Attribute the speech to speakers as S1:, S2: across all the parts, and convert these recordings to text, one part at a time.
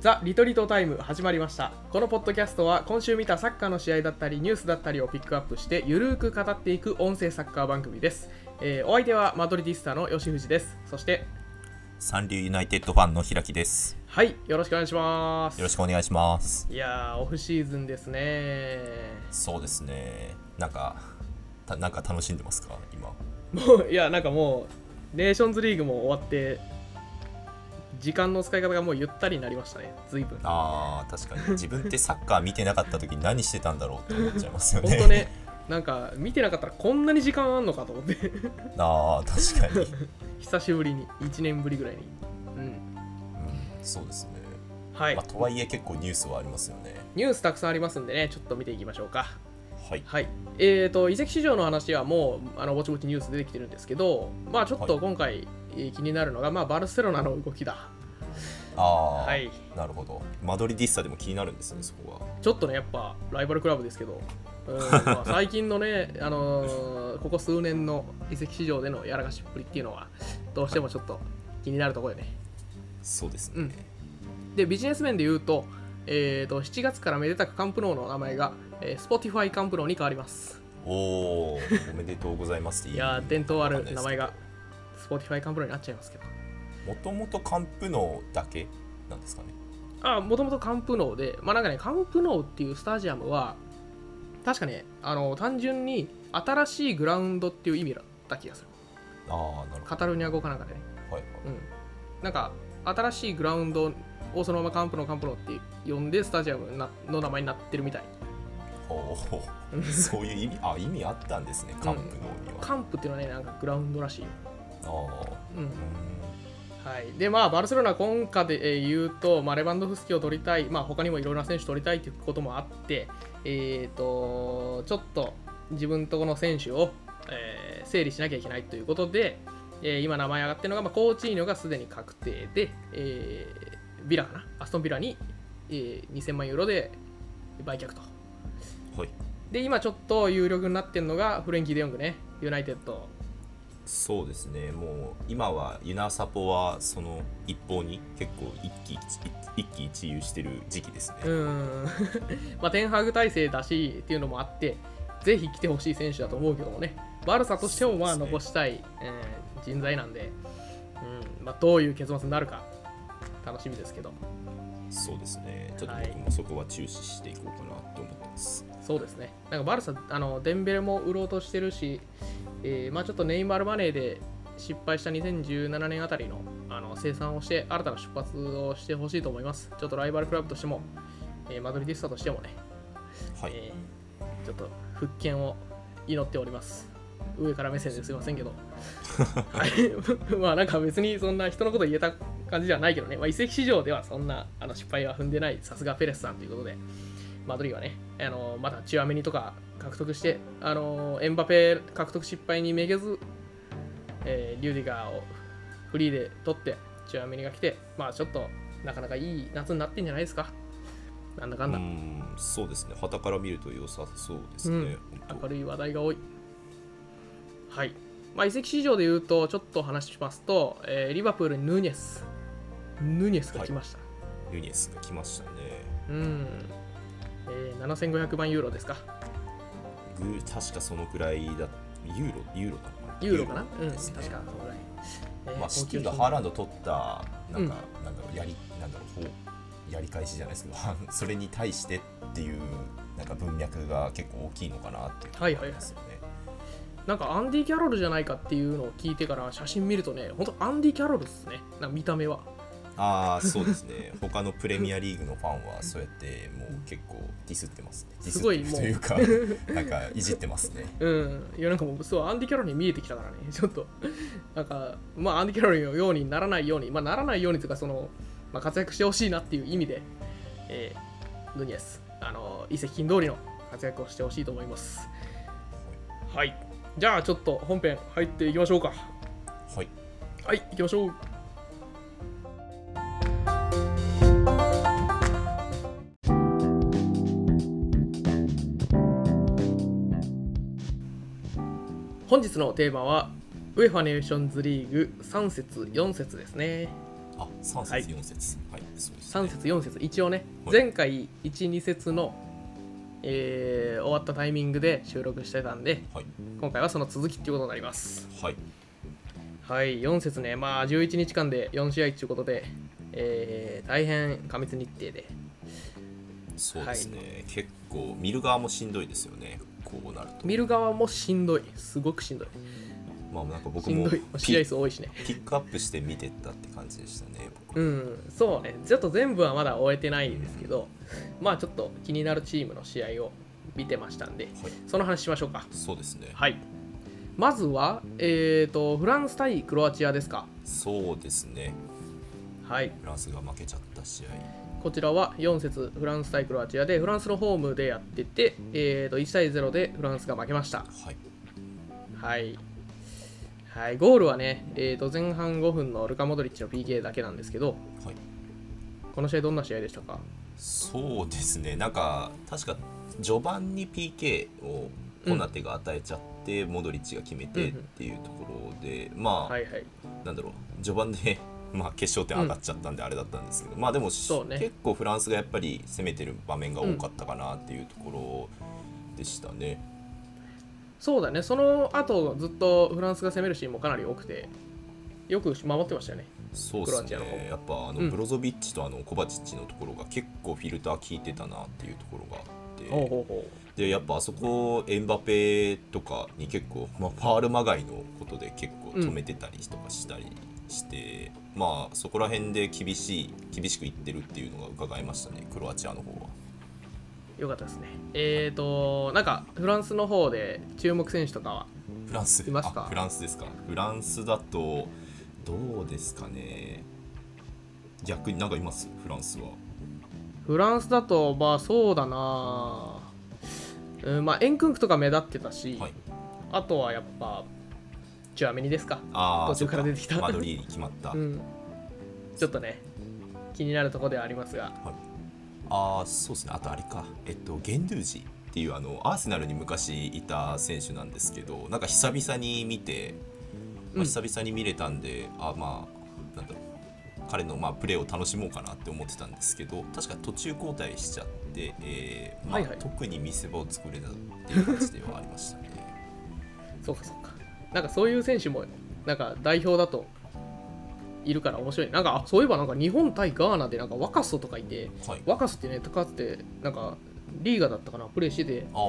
S1: ザ・リトリートタイム始まりましたこのポッドキャストは今週見たサッカーの試合だったりニュースだったりをピックアップしてゆるーく語っていく音声サッカー番組です、えーお相手はマドリディスタの吉藤ですそして
S2: 三流ユナイテッドファンの平木です。
S1: はいよろしくお願いします
S2: よろしくお願いします。
S1: いやーオフシーズンですね
S2: そうですね。なんか、たなんか楽しんでますか今。
S1: もういやなんかもうネーションズリーグも終わって時間の使い方がもうゆったりになりましたね随分
S2: ああ、確か に。自分ってサッカー見てなかった時に何してたんだろうって思っちゃいますよね。
S1: 本当ね。なんか見てなかったらこんなに時間あんのかと思って
S2: ああ、確かに、
S1: 久しぶりに1年ぶりぐらいにうん
S2: うん。そうですね。
S1: はい、
S2: まあ、とはいえ結構ニュースはありますよね。
S1: ニュースたくさんありますんでねちょっと見ていきましょうか
S2: はい。
S1: はいえー、と移籍市場の話はもうあのぼちぼちニュース出てきてるんですけどまあちょっと今回、えー気になるのが、まあ、バルセロナの動きだ
S2: ああ、
S1: はい
S2: なるほど。マドリディスタでも気になるんですね、そこは。
S1: ちょっとねやっぱライバルクラブですけど、うん まあ最近のね、あのーここ数年の移籍市場でのやらかしっぷりっていうのはどうしてもちょっと気になるところよね
S2: そうですね。
S1: うんでビジネス面で言うと,、えー、と7月からめでたくカンプノーの名前が、えー、Spotify カンプノーに変わります
S2: おお、おめでとうございますってい
S1: いやー伝統ある名前が Spotify カンプノーになっちゃいますけど
S2: もともとカンプノーだけなんですかね
S1: あもともとカンプノーで、まあなんかね、カンプノーっていうスタジアムは、確かね、あの単純に新しいグラウンドっていう意味だった気がする。
S2: ああなるほ
S1: カタルーニャ語かなんかでね。
S2: どはい
S1: うん。なんか、新しいグラウンドをそのままカンプノーカンプノーって呼んで、スタジアムなの名前になってるみたい。
S2: おーそういう意味あ意味あったんですねカンプの意味は、
S1: カンプっていうのはね、なんかグラウンドらしいよ。
S2: ああ
S1: うん
S2: う。ー
S1: はい、で、まあ、バルセロナ、今回でえー言うと、まあ、レバンドフスキを取りたい、まあ、他にもいろいろな選手取りたいということもあって、えー、とちょっと自分とこの選手を、えー整理しなきゃいけないということで、えー今、名前上がってるのが、まあ、コーチーニョがすでに確定で、えービラかな、アストンビラに、えー2000万ユーロで売却と。
S2: んはい
S1: で、今、ちょっと有力になってるのが、フレンキー・デヨングね、ユナイテッド。
S2: そうですねもう今はユナサポはその一方に結構一喜一一喜一憂してる時期ですね、
S1: うーん まあ、テンハグ体制だしっていうのもあって、ぜひ来てほしい選手だと思うけどもね、バルサとしてもまあ
S2: そうですね
S1: 残したい、えー人材なんで、うんまあ、どういう結末になるか楽しみですけど、
S2: そうですねちょっと
S1: はい
S2: 僕もそこは注視していこうかなと思ってます、
S1: そうですね、なんかバルサ、あのデンベレも売ろうとしてるし、えーまあ、ちょっとネイマールマネーで失敗した2017年あたりのあの生産をして、新たな出発をしてほしいと思います。ちょっとライバルクラブとしても、えーマドリディスタとしてもね、
S2: はい、
S1: えーちょっと復権を祈っております上から目線ですいませんけどはい まあなんか別にそんな人のこと言えた感じじゃないけどね、まあ、移籍市場ではそんなあの失敗は踏んでないさすがペレスさんということでマドリーはねあのまたチュアメニとか獲得してあのエンバペ獲得失敗にめげず、えーリュディガーをフリーで取ってチュアメニが来てまあちょっとなかなかいい夏になってんじゃないですかなんだか
S2: うん
S1: だ、
S2: んそうですね旗から見ると良さそうですね、本当
S1: 明るい話題が多い。はい。まあ、移籍市場で言うと、ちょっと話しますと、えーリバプールにヌニェス。ヌニェスが来ました。
S2: ユニエスが来ましたね
S1: うん。えー、7500万ユーロですか。
S2: グー確かそのくらいだユーロユーロなのかな
S1: ユーロかなうん、
S2: です
S1: 確
S2: ね
S1: か、そのぐらい。えー
S2: まあ、シティが
S1: 高級
S2: ハー
S1: 品
S2: ランド取ったなんか、なんだろうやりなんだろうこうやり返しじゃないですけど それに対してっていうなんか文脈が結構大きいのかなっていうところがありますよね。
S1: なんか、アンディ・キャロルじゃないかっていうのを聞いてから、写真見るとね、本当アンディ・キャロルですね。なんか見た目は。
S2: ああそうですね 他のプレミアリーグのファンはそうやってもう結構ディスってますねディス
S1: す
S2: っ
S1: ご
S2: て
S1: い
S2: るというか なんかいじってますね。
S1: うん、いやなんかもうそうアンディ・キャロルに見えてきたからね、 ちょっと、なんか、まあ、アンディ・キャロルのようにならないように、まあ、ならないようにというか、その、まあ、活躍してほしいなっていう意味で、えー、ヌニエス、あの、移籍金通りの活躍をしてほしいと思います。はい、じゃあ、ちょっと本編入っていきましょうか。
S2: はい
S1: はい、行きましょう。本日のテーマは UEFA ネーションズリーグ3節4節ですね。
S2: あ3
S1: はい
S2: 節4節はい、そうです、ね、
S1: 3節4節一応ね
S2: はい
S1: 前回12節の、えー終わったタイミングで収録してたんで
S2: はい
S1: 今回はその続きっていうことになります
S2: はい
S1: はい4節ねまあ11日間で4試合っていうことで、えー大変過密日程で
S2: そうですね、結構見る側もしんどいですよねこうなると
S1: 見る側もしんどいすごくしんどい
S2: まあなんか僕
S1: しん
S2: も
S1: どい
S2: ピ
S1: 試合数多いしね
S2: ピックアップして見てったって感じでしたね僕
S1: うんそうねちょっと全部はまだ終えてないですけどまあちょっと気になるチームの試合を見てましたんで
S2: はい
S1: その話しましょうか
S2: そうですね
S1: はいまずはえっ、とフランス対クロアチアですか
S2: そうですね
S1: はい
S2: フランスが負けちゃった試合
S1: こちらは4節フランス対クロアチアでフランスのホームでやってて、えー、と1対0でフランスが負けました
S2: はい
S1: はい、はい、ゴールはね、えー、と前半5分のルカ・モドリッチの PK だけなんですけど
S2: はい
S1: この試合どんな試合でしたか
S2: そうですねなんか確か序盤に PK をコナテが与えちゃって、モドリッチが決めてっていうところで、まあ、
S1: はいはい
S2: なんだろう序盤で まあ決勝点上がっちゃったんであれだったんですけど、まあでもし
S1: そうね
S2: 結構フランスがやっぱり攻めてる場面が多かったかなっていうところでしたね。
S1: そうだねその後ずっとフランスが攻めるシーンもかなり多くてよく守ってましたよね
S2: そう
S1: クロア
S2: です
S1: チアの方
S2: ねやっぱあの、
S1: うん
S2: ブロゾビッチとあのコバチッチのところが結構フィルター効いてたなっていうところがあって。
S1: ほうほうほ
S2: でやっぱあそこエンバペとかに結構、まあ、ファールまがいのことで結構止めてたりとかしたりして、まあそこら辺で厳しい厳しくいってるっていうのが伺いましたねクロアチアの方は。
S1: うよかったですねえーとなんかフランスの方で注目選手とかは
S2: フランス
S1: いますか
S2: あフランスですかフランスだとどうですかね逆になんかいますフランスは。
S1: フランスだとまあそうだなうんまあエンクンクとか目立ってたし、
S2: はい、
S1: あとはやっぱチュアメニですか
S2: ああ
S1: 途中から出てきた
S2: マドリーに決まった。
S1: うんちょっとね気になるところではありますが
S2: ああそうですねあとあれかえっとゲンドゥージっていうあのアーセナルに昔いた選手なんですけどなんか久々に見て、ま
S1: うん
S2: あ、久々に見れたんで、あまあなんだろう彼のまあプレーを楽しもうかなって思ってたんですけど確か途中交代しちゃって、えーま
S1: は
S2: あ
S1: いはい
S2: 特に見せ場を作れたっていう感じではありましたね
S1: そうかそうかなんかそういう選手もなんか代表だといるから面白いなんかあそういえばなんか日本対ガーナでなんか若ソとかいて
S2: はいあ
S1: 若ソってねかつてなんかリーガだったかなプレーしてて
S2: あ
S1: あ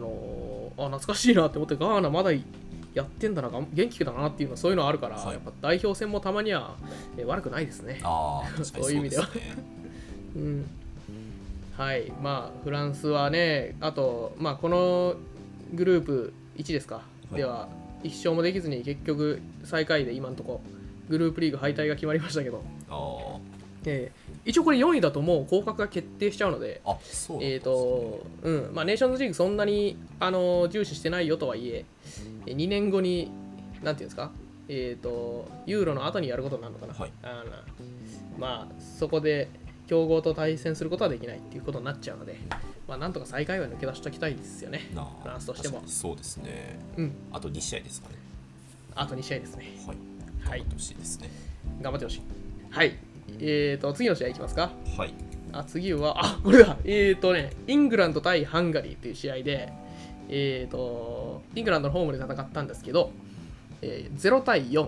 S1: のーあ懐かしいなって思ってガーナまだやってんだながん元気だなっていうのはそういうのあるから、
S2: はい
S1: やっぱ代表戦もたまには、えー悪くないですね
S2: ああ確か
S1: そういう
S2: にそ
S1: 意
S2: う
S1: 味で
S2: で
S1: すは
S2: ね
S1: うんはいまあフランスはねあとまあこのグループ1ですか、
S2: はい
S1: では一勝もできずに結局最下位で今のとこグループリーグ敗退が決まりましたけど、
S2: あー
S1: えー一応これ4位だともう降格が決定しちゃうので
S2: あそうなん
S1: えー
S2: ですね
S1: とうんまあ、ネーションズリーグそんなに、あの重視してないよとはいええ2年後になんていうんですか、えー、とユーロの後にやることになるのかな、
S2: はい
S1: あのまあ、そこで強豪と対戦することはできないっていうことになっちゃうので、まあ、なんとか最下位は抜け出しておきたいですよね、
S2: なあ
S1: フランスとしても
S2: 確かにそうですね
S1: うん、
S2: あと2試合ですかね
S1: あと2試合ですね
S2: はい。
S1: はい
S2: 頑張ってほしいですね。
S1: 頑張ってほしいはい、えー、と次の試合いきますか
S2: はい。
S1: あ次は、あこれだ、えーとね、イングランド対ハンガリーという試合で、えー、とイングランドのホームで戦ったんですけど、えー0対4、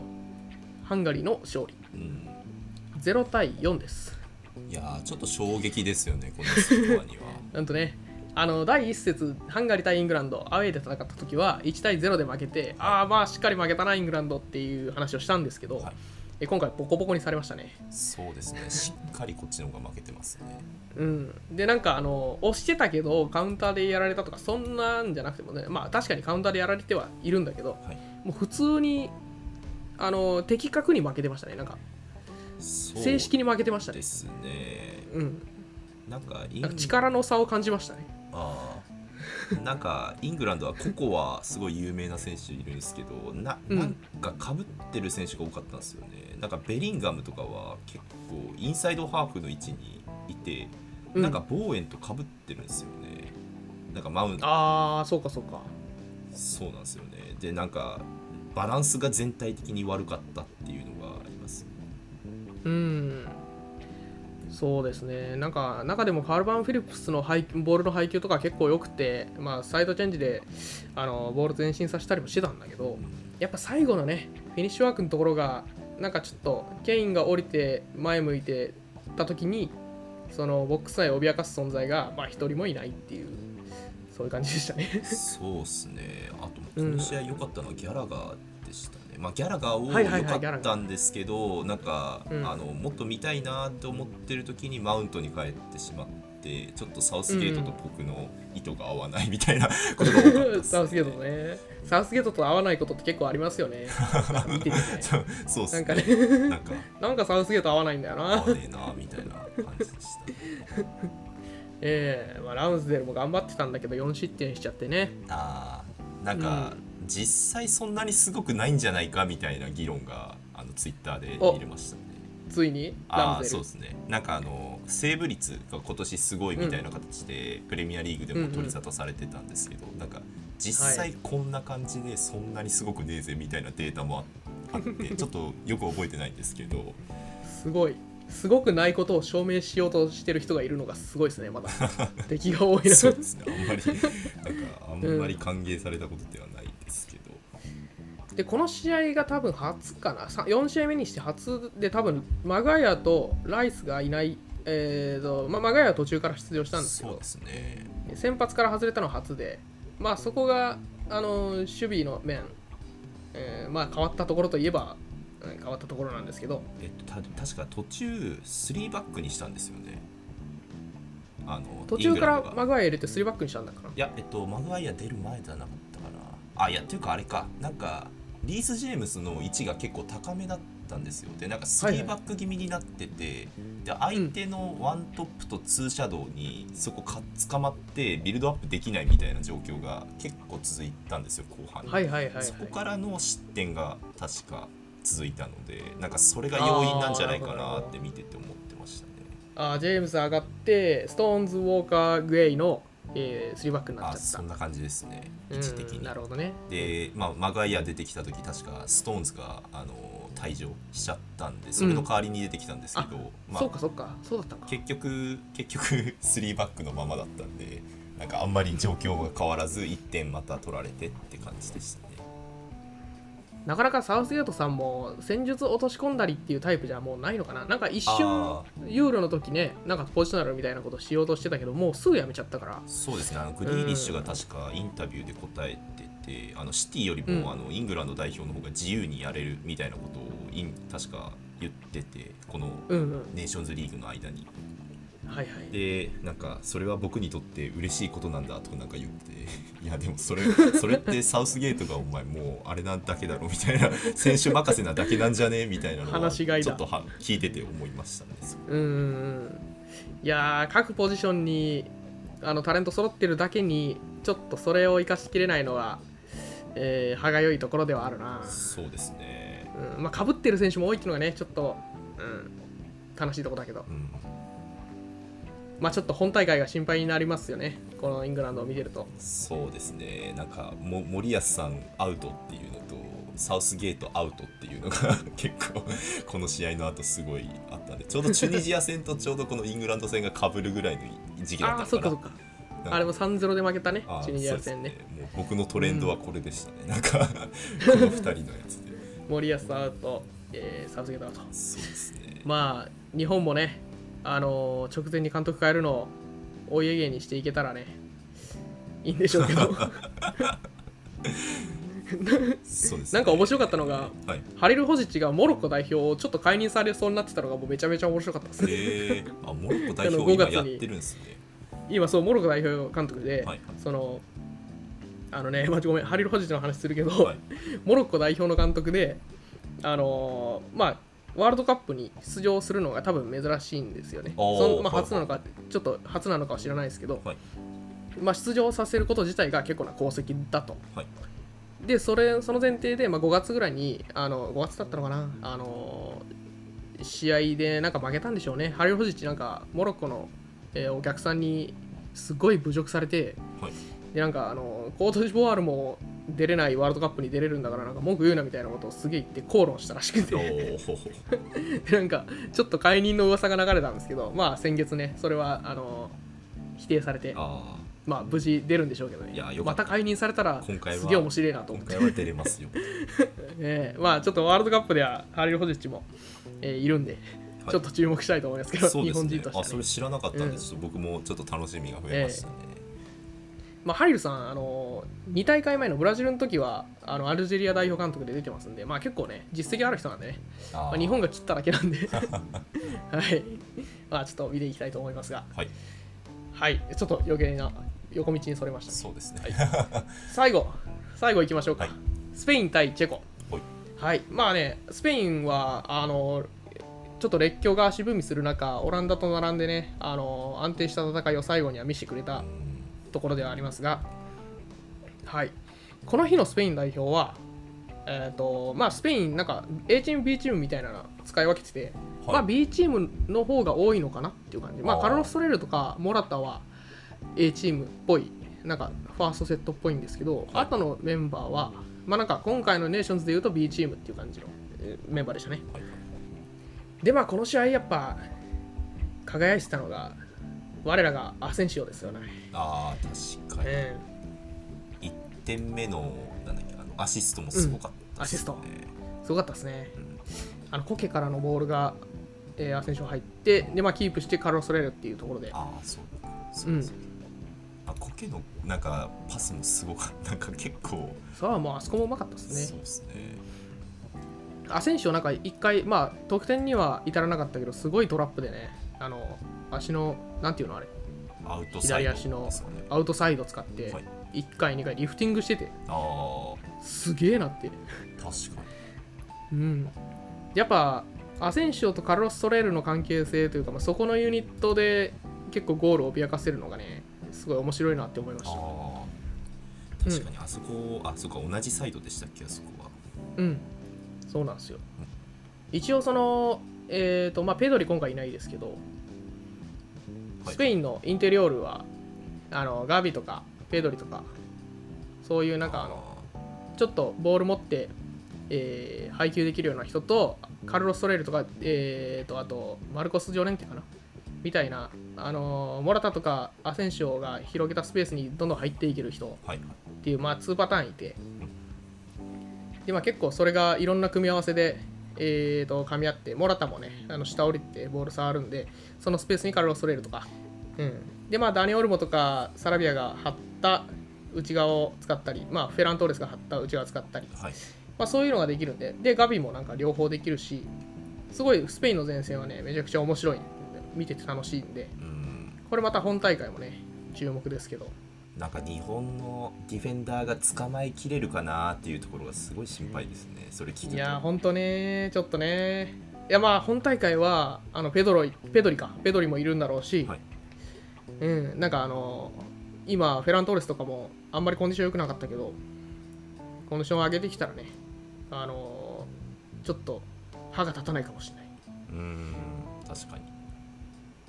S1: ハンガリーの勝利、
S2: うん。
S1: 0対4です。
S2: いやー、ちょっと衝撃ですよね、このスコアには。
S1: なんとね、あの第1節、ハンガリー対イングランド、アウェーで戦った時は、1対0で負けて、ああ、まあ、しっかり負けたな、イングランドっていう話をしたんですけど、
S2: はい
S1: え今回、ボコボコにされましたね。
S2: そうですね。しっかりこっちの方が負けてますね。
S1: うん、でなんかあの押してたけどカウンターでやられたとかそんなんじゃなくてもねまあ確かにカウンターでやられてはいるんだけど
S2: はい。
S1: もう普通にあの的確に負けてましたねなんか
S2: そう
S1: 正式に負けてましたね
S2: ですね。
S1: うん
S2: なんかイン
S1: なんか力の差を感じましたね
S2: あーなんかイングランドはここはすごい有名な選手いるんですけどな
S1: うん
S2: なんかかぶってる選手が多かったんですよねなんかベリンガムとかは結構インサイドハーフの位置にいて
S1: うん
S2: なんかボーエンとかぶってるんですよねなんかマウント
S1: ああそうかそうか
S2: そうなんですよねでなんかバランスが全体的に悪かったっていうのがあります
S1: うんそうですねなんか中でもカールバン・フィリップスの配球ボールの配球とか結構良くて、まあ、サイドチェンジであのボール前進させたりもしてたんだけどやっぱ最後のねフィニッシュワークのところがなんかちょっとケインが降りて前向いてた時にそのボックス内を脅かす存在がまあ一人もいないっていうそういう感じでしたね
S2: そうですね、あとこ
S1: うん
S2: の試合良かったのはギャラガーでしたね。まあ、ギャラガーを
S1: はいはいはい
S2: 良かったんですけど、なんか、
S1: うん
S2: あのもっと見たいなと思ってる時にマウントに帰ってしまって、ちょっとサウスゲートと僕の意図が合わないみた いなことが多かったです、ね。
S1: サウスゲートとねサウスゲートと合わないことって結構ありますよねなんか見て てね
S2: そうそうっす
S1: なんか
S2: ね
S1: ね
S2: なんか
S1: なんかサウスゲート合わないんだよ
S2: 合
S1: な
S2: わねえなみたいな感じでした。
S1: ええまあ、ラウンズデルも頑張ってたんだけど4失点しちゃってね
S2: あーなんか、実際そんなにすごくないんじゃないかみたいな議論があのツイッターで見れましたね。
S1: ついにラ
S2: あ
S1: ム
S2: ー
S1: ゼ
S2: そう
S1: ル
S2: ですねなんかあのセーブ率が今年すごいみたいな形で、プレミアリーグでも取り沙汰されてたんですけど、なんか実際こんな感じでそんなにすごくねえぜみたいなデータもああって、 ちょっとよく覚えてないんですけど
S1: すごいすごくないことを証明しようとしてる人がいるのがすごいですねま だ敵が多いな
S2: そうですねあんまりなんかあんまり歓迎されたことではないですけど、
S1: でこの試合が多分初かなさ4試合目にして初で多分マガヤとライスがいないえーとまあ、マガヤは途中から出場したんですけ
S2: そう
S1: ど
S2: ですね
S1: 先発から外れたのは初で、まあ、そこがあの守備の面、えーまあ、変わったところといえばうん変わったところなんですけど、
S2: えっとた確か途中3バックにしたんですよねあの
S1: 途中か
S2: イ
S1: ら
S2: ングランドが
S1: マグワイア入れて3バックにしたんだから
S2: いや、えっと、マグワイア出る前じゃなかったかな。あ、いや、っていうかあれか、なんか、リース・ジェームスの位置が結構高めだったんですよ。で、なんか
S1: はいはい
S2: 3バック気味になってて、で、相手のワントップとツーシャドウにそこか捕まって、ビルドアップできないみたいな状況が結構続いたんですよ、後半に。
S1: はいはいはい、はい、
S2: そこからの失点が確か続いたので、なんかそれが要因なんじゃないかなって見てて思ってましたね。
S1: あージェームス上がってストーンズ・ウォーカー・グエイの、えー、3バックになっち
S2: あ、
S1: ゃった
S2: そんな感じですね、
S1: う
S2: 位置的
S1: ん
S2: に
S1: な。るほどね
S2: で、まあ、マガイア出てきた時確かストーンズがあの退場しちゃったんでそれの代わりに出てきたんですけど、ま
S1: そう
S2: あ、
S1: かそうかそうだったのか
S2: 結局結局3バックのままだったんでなんかあんまり状況が変わらず1点また取られてって感じでしたね。
S1: なかなかサウスゲートさんも戦術落とし込んだりっていうタイプじゃもうないのかななんか一瞬
S2: あ
S1: ユーロの時ねなんかポジショナルみたいなことしようとしてたけどもうすぐやめちゃったから
S2: そうですねあのグリーリッシュが確かインタビューで答えててあのシティよりも、
S1: うん
S2: あのイングランド代表の方が自由にやれるみたいなことをイン確か言っててこの
S1: うんうん
S2: ネーションズリーグの間に。
S1: はいはい
S2: でなんかそれは僕にとって嬉しいことなんだとかなんか言って いやでもそれそれってサウスゲートがお前もうあれなんだけだろみたいな選手任せなだけなんじゃねみたいなのは
S1: 話
S2: ち
S1: しがいだ
S2: ょっとは聞いてて思いましたね。
S1: うんうんうんいやー各ポジションにあのタレント揃ってるだけにちょっとそれを生かしきれないのは、えー歯がゆいところではあるな
S2: そうですね。
S1: うんまあ、被ってる選手も多いっていうのがね、ちょっと、うん、悲しいところだけど、
S2: うん、
S1: まあ、ちょっと本大会が心配になりますよね、このイングランドを見てると。
S2: そうですね。なんかも森保さんアウトっていうのとサウスゲートアウトっていうのが結構この試合の後すごいあったんでちょ うどチュニジア戦とちょうどこのイングランド戦がかぶるぐらいの時期だ
S1: あ
S2: っ
S1: あ
S2: た
S1: ー、そ
S2: の
S1: っか
S2: か
S1: そ
S2: な
S1: っ。か。
S2: なんか
S1: あれも3 0で負けたね
S2: あ、ー
S1: チュニジア戦ね。
S2: そうですもう僕のトレンドはこれでしたね、なんかこの2人のやつで
S1: 森保アウト、えー、サウスゲートアウト。
S2: そうですね
S1: まあ、日本もね、あのー直前に監督変えるのをお家芸にしていけたらね、いいんでしょうけ ど、
S2: そうですね
S1: なんか面白かったのが、
S2: はい
S1: ハリル・ホジッチがモロッコ代表をちょっと解任されそうになってたのが、もうめちゃめちゃ面白かったですね。
S2: えー、あモロッコ代
S1: あの5
S2: 表今
S1: 月に
S2: やってるんですね
S1: 今そうモロッコ代表監督で、
S2: はい
S1: そのあのね、まあ、ごめんハリル・ホジッチの話するけど、
S2: はい
S1: モロッコ代表の監督であのーまあワールドカップに出場するのが多分珍しいんですよね。
S2: おー
S1: そのまあ、
S2: はい
S1: 初なのか、ちょっと初なのかは知らないですけど、
S2: はい
S1: まあ、出場させること自体が結構な功績だと。
S2: はい
S1: でそれその前提で、まあ、5月ぐらいにあの5月だったのかなあの試合でなんか負けたんでしょうねハリル・ ホジッチなんかモロッコの、えーお客さんにすごい侮辱されて
S2: はい
S1: でなんかあのコートジボワールも出れないワールドカップに出れるんだからなんか文句言うなみたいなことをすげえ言って口論したらしく
S2: お
S1: て
S2: ーほほ
S1: で なんかちょっと解任の噂が流れたんですけどまあ先月ねそれはあの否定されて
S2: あ
S1: まあ無事出るんでしょうけどね
S2: いやよか
S1: ま
S2: った
S1: た解任されたら
S2: 今回は
S1: すげえ面白いなと
S2: ー
S1: 思っ
S2: 今
S1: て
S2: 回は出れますよ、
S1: ええまあちょっとワールドカップではハリル・ホジッチも、えーいるんで、
S2: はい
S1: ちょっと注目したいと思いますけど、
S2: そう
S1: 日
S2: です
S1: 本人
S2: ね
S1: として
S2: あ
S1: は
S2: そ
S1: ね、
S2: れ知らなかったん
S1: うん
S2: でちょっと僕もちょっと楽しみが増えましたね、
S1: まあ、ハリルさん、あの2大会前のブラジルの時はあのアルジェリア代表監督で出てますんで、まあ、結構ね、実績ある人なんでね、
S2: あ
S1: ま
S2: ー
S1: あ、日本が切っただけなんで、はいまあ、ちょっと見ていきたいと思いますが、
S2: はい
S1: はい、ちょっと余計な横道にそれましたね、
S2: そうですね、
S1: 最後、最後いきましょうか、
S2: はい
S1: スペイン対チェコ。
S2: ほい
S1: はい、まあね、スペインはあのちょっと列強が足踏みする中、オランダと並んでね、あの安定した戦いを最後には見せてくれた
S2: うん
S1: ところではありますが、はい、この日のスペイン代表は、えーとまあ、スペイン、なんか A チーム、B チームみたいなの使い分けてて、
S2: はい
S1: まあ、B チームの方が多いのかなっていう感じ、まあ、
S2: あー
S1: カルロス・トレールとかモラタは A チームっぽい、なんかファーストセットっぽいんですけど、
S2: はい
S1: 後のメンバーは、まあ、なんか今回のネーションズでいうと B チームっていう感じのえーメンバーでしたね。
S2: はい
S1: で、まあ、この試合、やっぱ輝いてたのが、我らがアセンシオですよね。
S2: あー確か
S1: う
S2: に
S1: ん
S2: 1点目のなんだっけあのアシストもすごかったですね、
S1: うんアすごかったですね。
S2: うん
S1: あのコケからのボールが、えーアセンション入って、で、まあ、キープしてカルロス・トレールっていうところで、
S2: ああそうそうそう、あコケのなんかパスもすごかったなん か結構、
S1: さあ、もうあそこもうまかったです
S2: そう
S1: ね。
S2: ですね
S1: アセンションなんか一回、まあ、得点には至らなかったけど、すごいトラップでね、あの、足の、なんていうのあれ、
S2: アウトサイド
S1: 左足の
S2: ですよね
S1: アウトサイド使って
S2: はい、
S1: 1回、2回、リフティングしてて、
S2: あ
S1: すげえなって。
S2: ー確かに
S1: うん。やっぱ、アセンションとカルロス・トレールの関係性というか、まあ、そこのユニットで結構ゴールを脅かせるのがね、すごい面白いなって思いました。
S2: あ
S1: う
S2: ー
S1: ん
S2: 確かにあそこ、あそこ同じサイドでしたっけあそこは
S1: うん、そうなんですよ。一応、その、えーとまあ、ペドリ今回いないですけど、
S2: はい
S1: スペインのインテリオールは、あのガビとかペドリとか、そういうなんかあのちょっとボール持って、えー配球できるような人と、カルロス・トレールとか、えーとあとマルコス・ジョレンテかな。みたいな、あのモラタとかアセンシオが広げたスペースにどんどん入っていける人、
S2: はいはい
S1: っていう、まあ、2パターンいてで、まあ、結構それがいろんな組み合わせで、えー、と噛み合ってモラタもねあの下降りてボール触るんでそのスペースにカルロス・トレールとか、うん、で、まあ、ダニ・オルモとかサラビアが張った内側を使ったり、まあ、フェラントーレスが張った内側を使ったり、
S2: はい
S1: まあ、そういうのができるんででガビもなんか両方できるしすごいスペインの前線はねめちゃくちゃ面白いんで見てて楽しいんで
S2: うん
S1: これまた本大会もね注目ですけど
S2: なんか日本のディフェンダーが捕まえきれるかなっていうところがすごい心配ですね、それ聞くと
S1: いやー、ほんとねちょっとねいや、まあ、本大会は、あのペドロイ、ペドリか、ペドリもいるんだろうし、
S2: はい
S1: うん、なんかあの、今、フェラントーレスとかも、あんまりコンディション良くなかったけど、コンディションを上げてきたらね、あのちょっと、歯が立たないかもしれない。
S2: うん確かに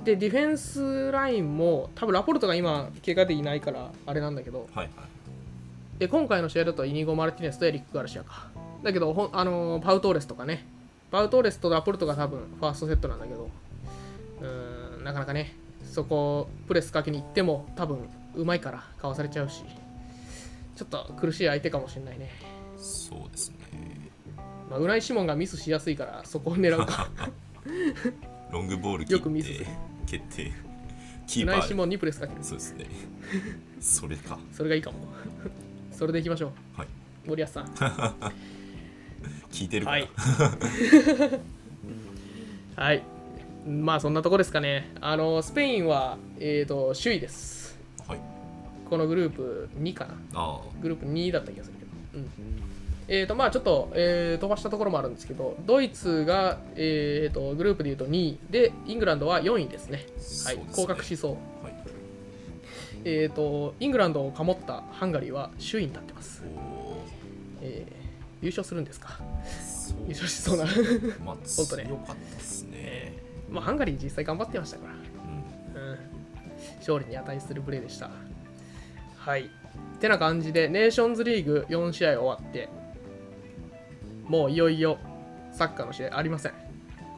S1: で、ディフェンスラインも、多分ラポルトが今、怪我でいないから、あれなんだけど、
S2: はいはい
S1: で今回の試合だとイニゴ・マルティネスとエリック・ガルシアかだけどほんあのーパウトーレスとかねパウトーレスとラポルトが多分ファーストセットなんだけどうーんなかなかねそこプレスかけに行っても多分うまいからかわされちゃうしちょっと苦しい相手かもしれないね、
S2: そうですね
S1: まあ、ウナイ・シモンがミスしやすいからそこを狙うか
S2: ロングボール切って
S1: よくミスする
S2: 決定
S1: ウ
S2: キー
S1: ナ
S2: パ
S1: イ・シ
S2: ー
S1: モンにプレスかける
S2: そうですねそれか
S1: それがいいかも それでいきましょう
S2: はい
S1: 森保さん
S2: 聞いてるかな
S1: はい。 はい。まあそんなとこですかね。あのスペインはえっ、と首位です。
S2: はい、
S1: このグループ2かな。
S2: あ
S1: グループ2だった気がするけど。うん。えっ、とまあちょっと、えー飛ばしたところもあるんですけど、ドイツがえっ、とグループでいうと2位でイングランドは4位ですね。は
S2: そう
S1: い
S2: です。ね
S1: 降格しそう。
S2: あはい
S1: えっ、とイングランドをかもったハンガリーは首位に立ってます。
S2: おー
S1: えー優勝するんですか。
S2: そう
S1: 優勝しそうな。
S2: まあ
S1: 本当ね
S2: 強かったですね
S1: えーまあハンガリー実際頑張ってましたから。
S2: うん
S1: うん勝利に値するプレーでした。はい。てな感じでネーションズリーグ4試合終わってもういよいよサッカーの試合ありません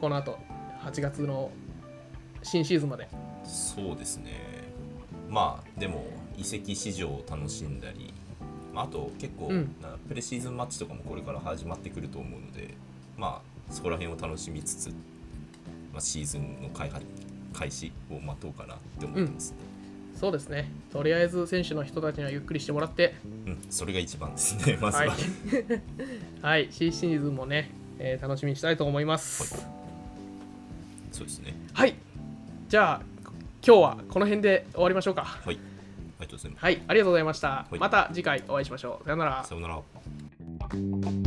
S1: この後8月の新シーズンまで
S2: そうですねまあでも移籍市場を楽しんだり、まあ、あと結構、
S1: うん
S2: なプレシーズンマッチとかもこれから始まってくると思うのでまあそこら辺を楽しみつつ、まあ、シーズンの開発開始を待とうかなって思ってます、
S1: そうですねとりあえず選手の人たちにはゆっくりしてもらって
S2: うんそれが一番ですねまずは、
S1: はい、 はい、新シーズンもね、えー楽しみにしたいと思います。
S2: そうですね
S1: はい、じゃあ今日はこの辺で終わりましょうか。
S2: はいありがとうございます
S1: はい、ありがとうございました。
S2: はい
S1: また次回お会いしましょう。さよなら。
S2: さようなら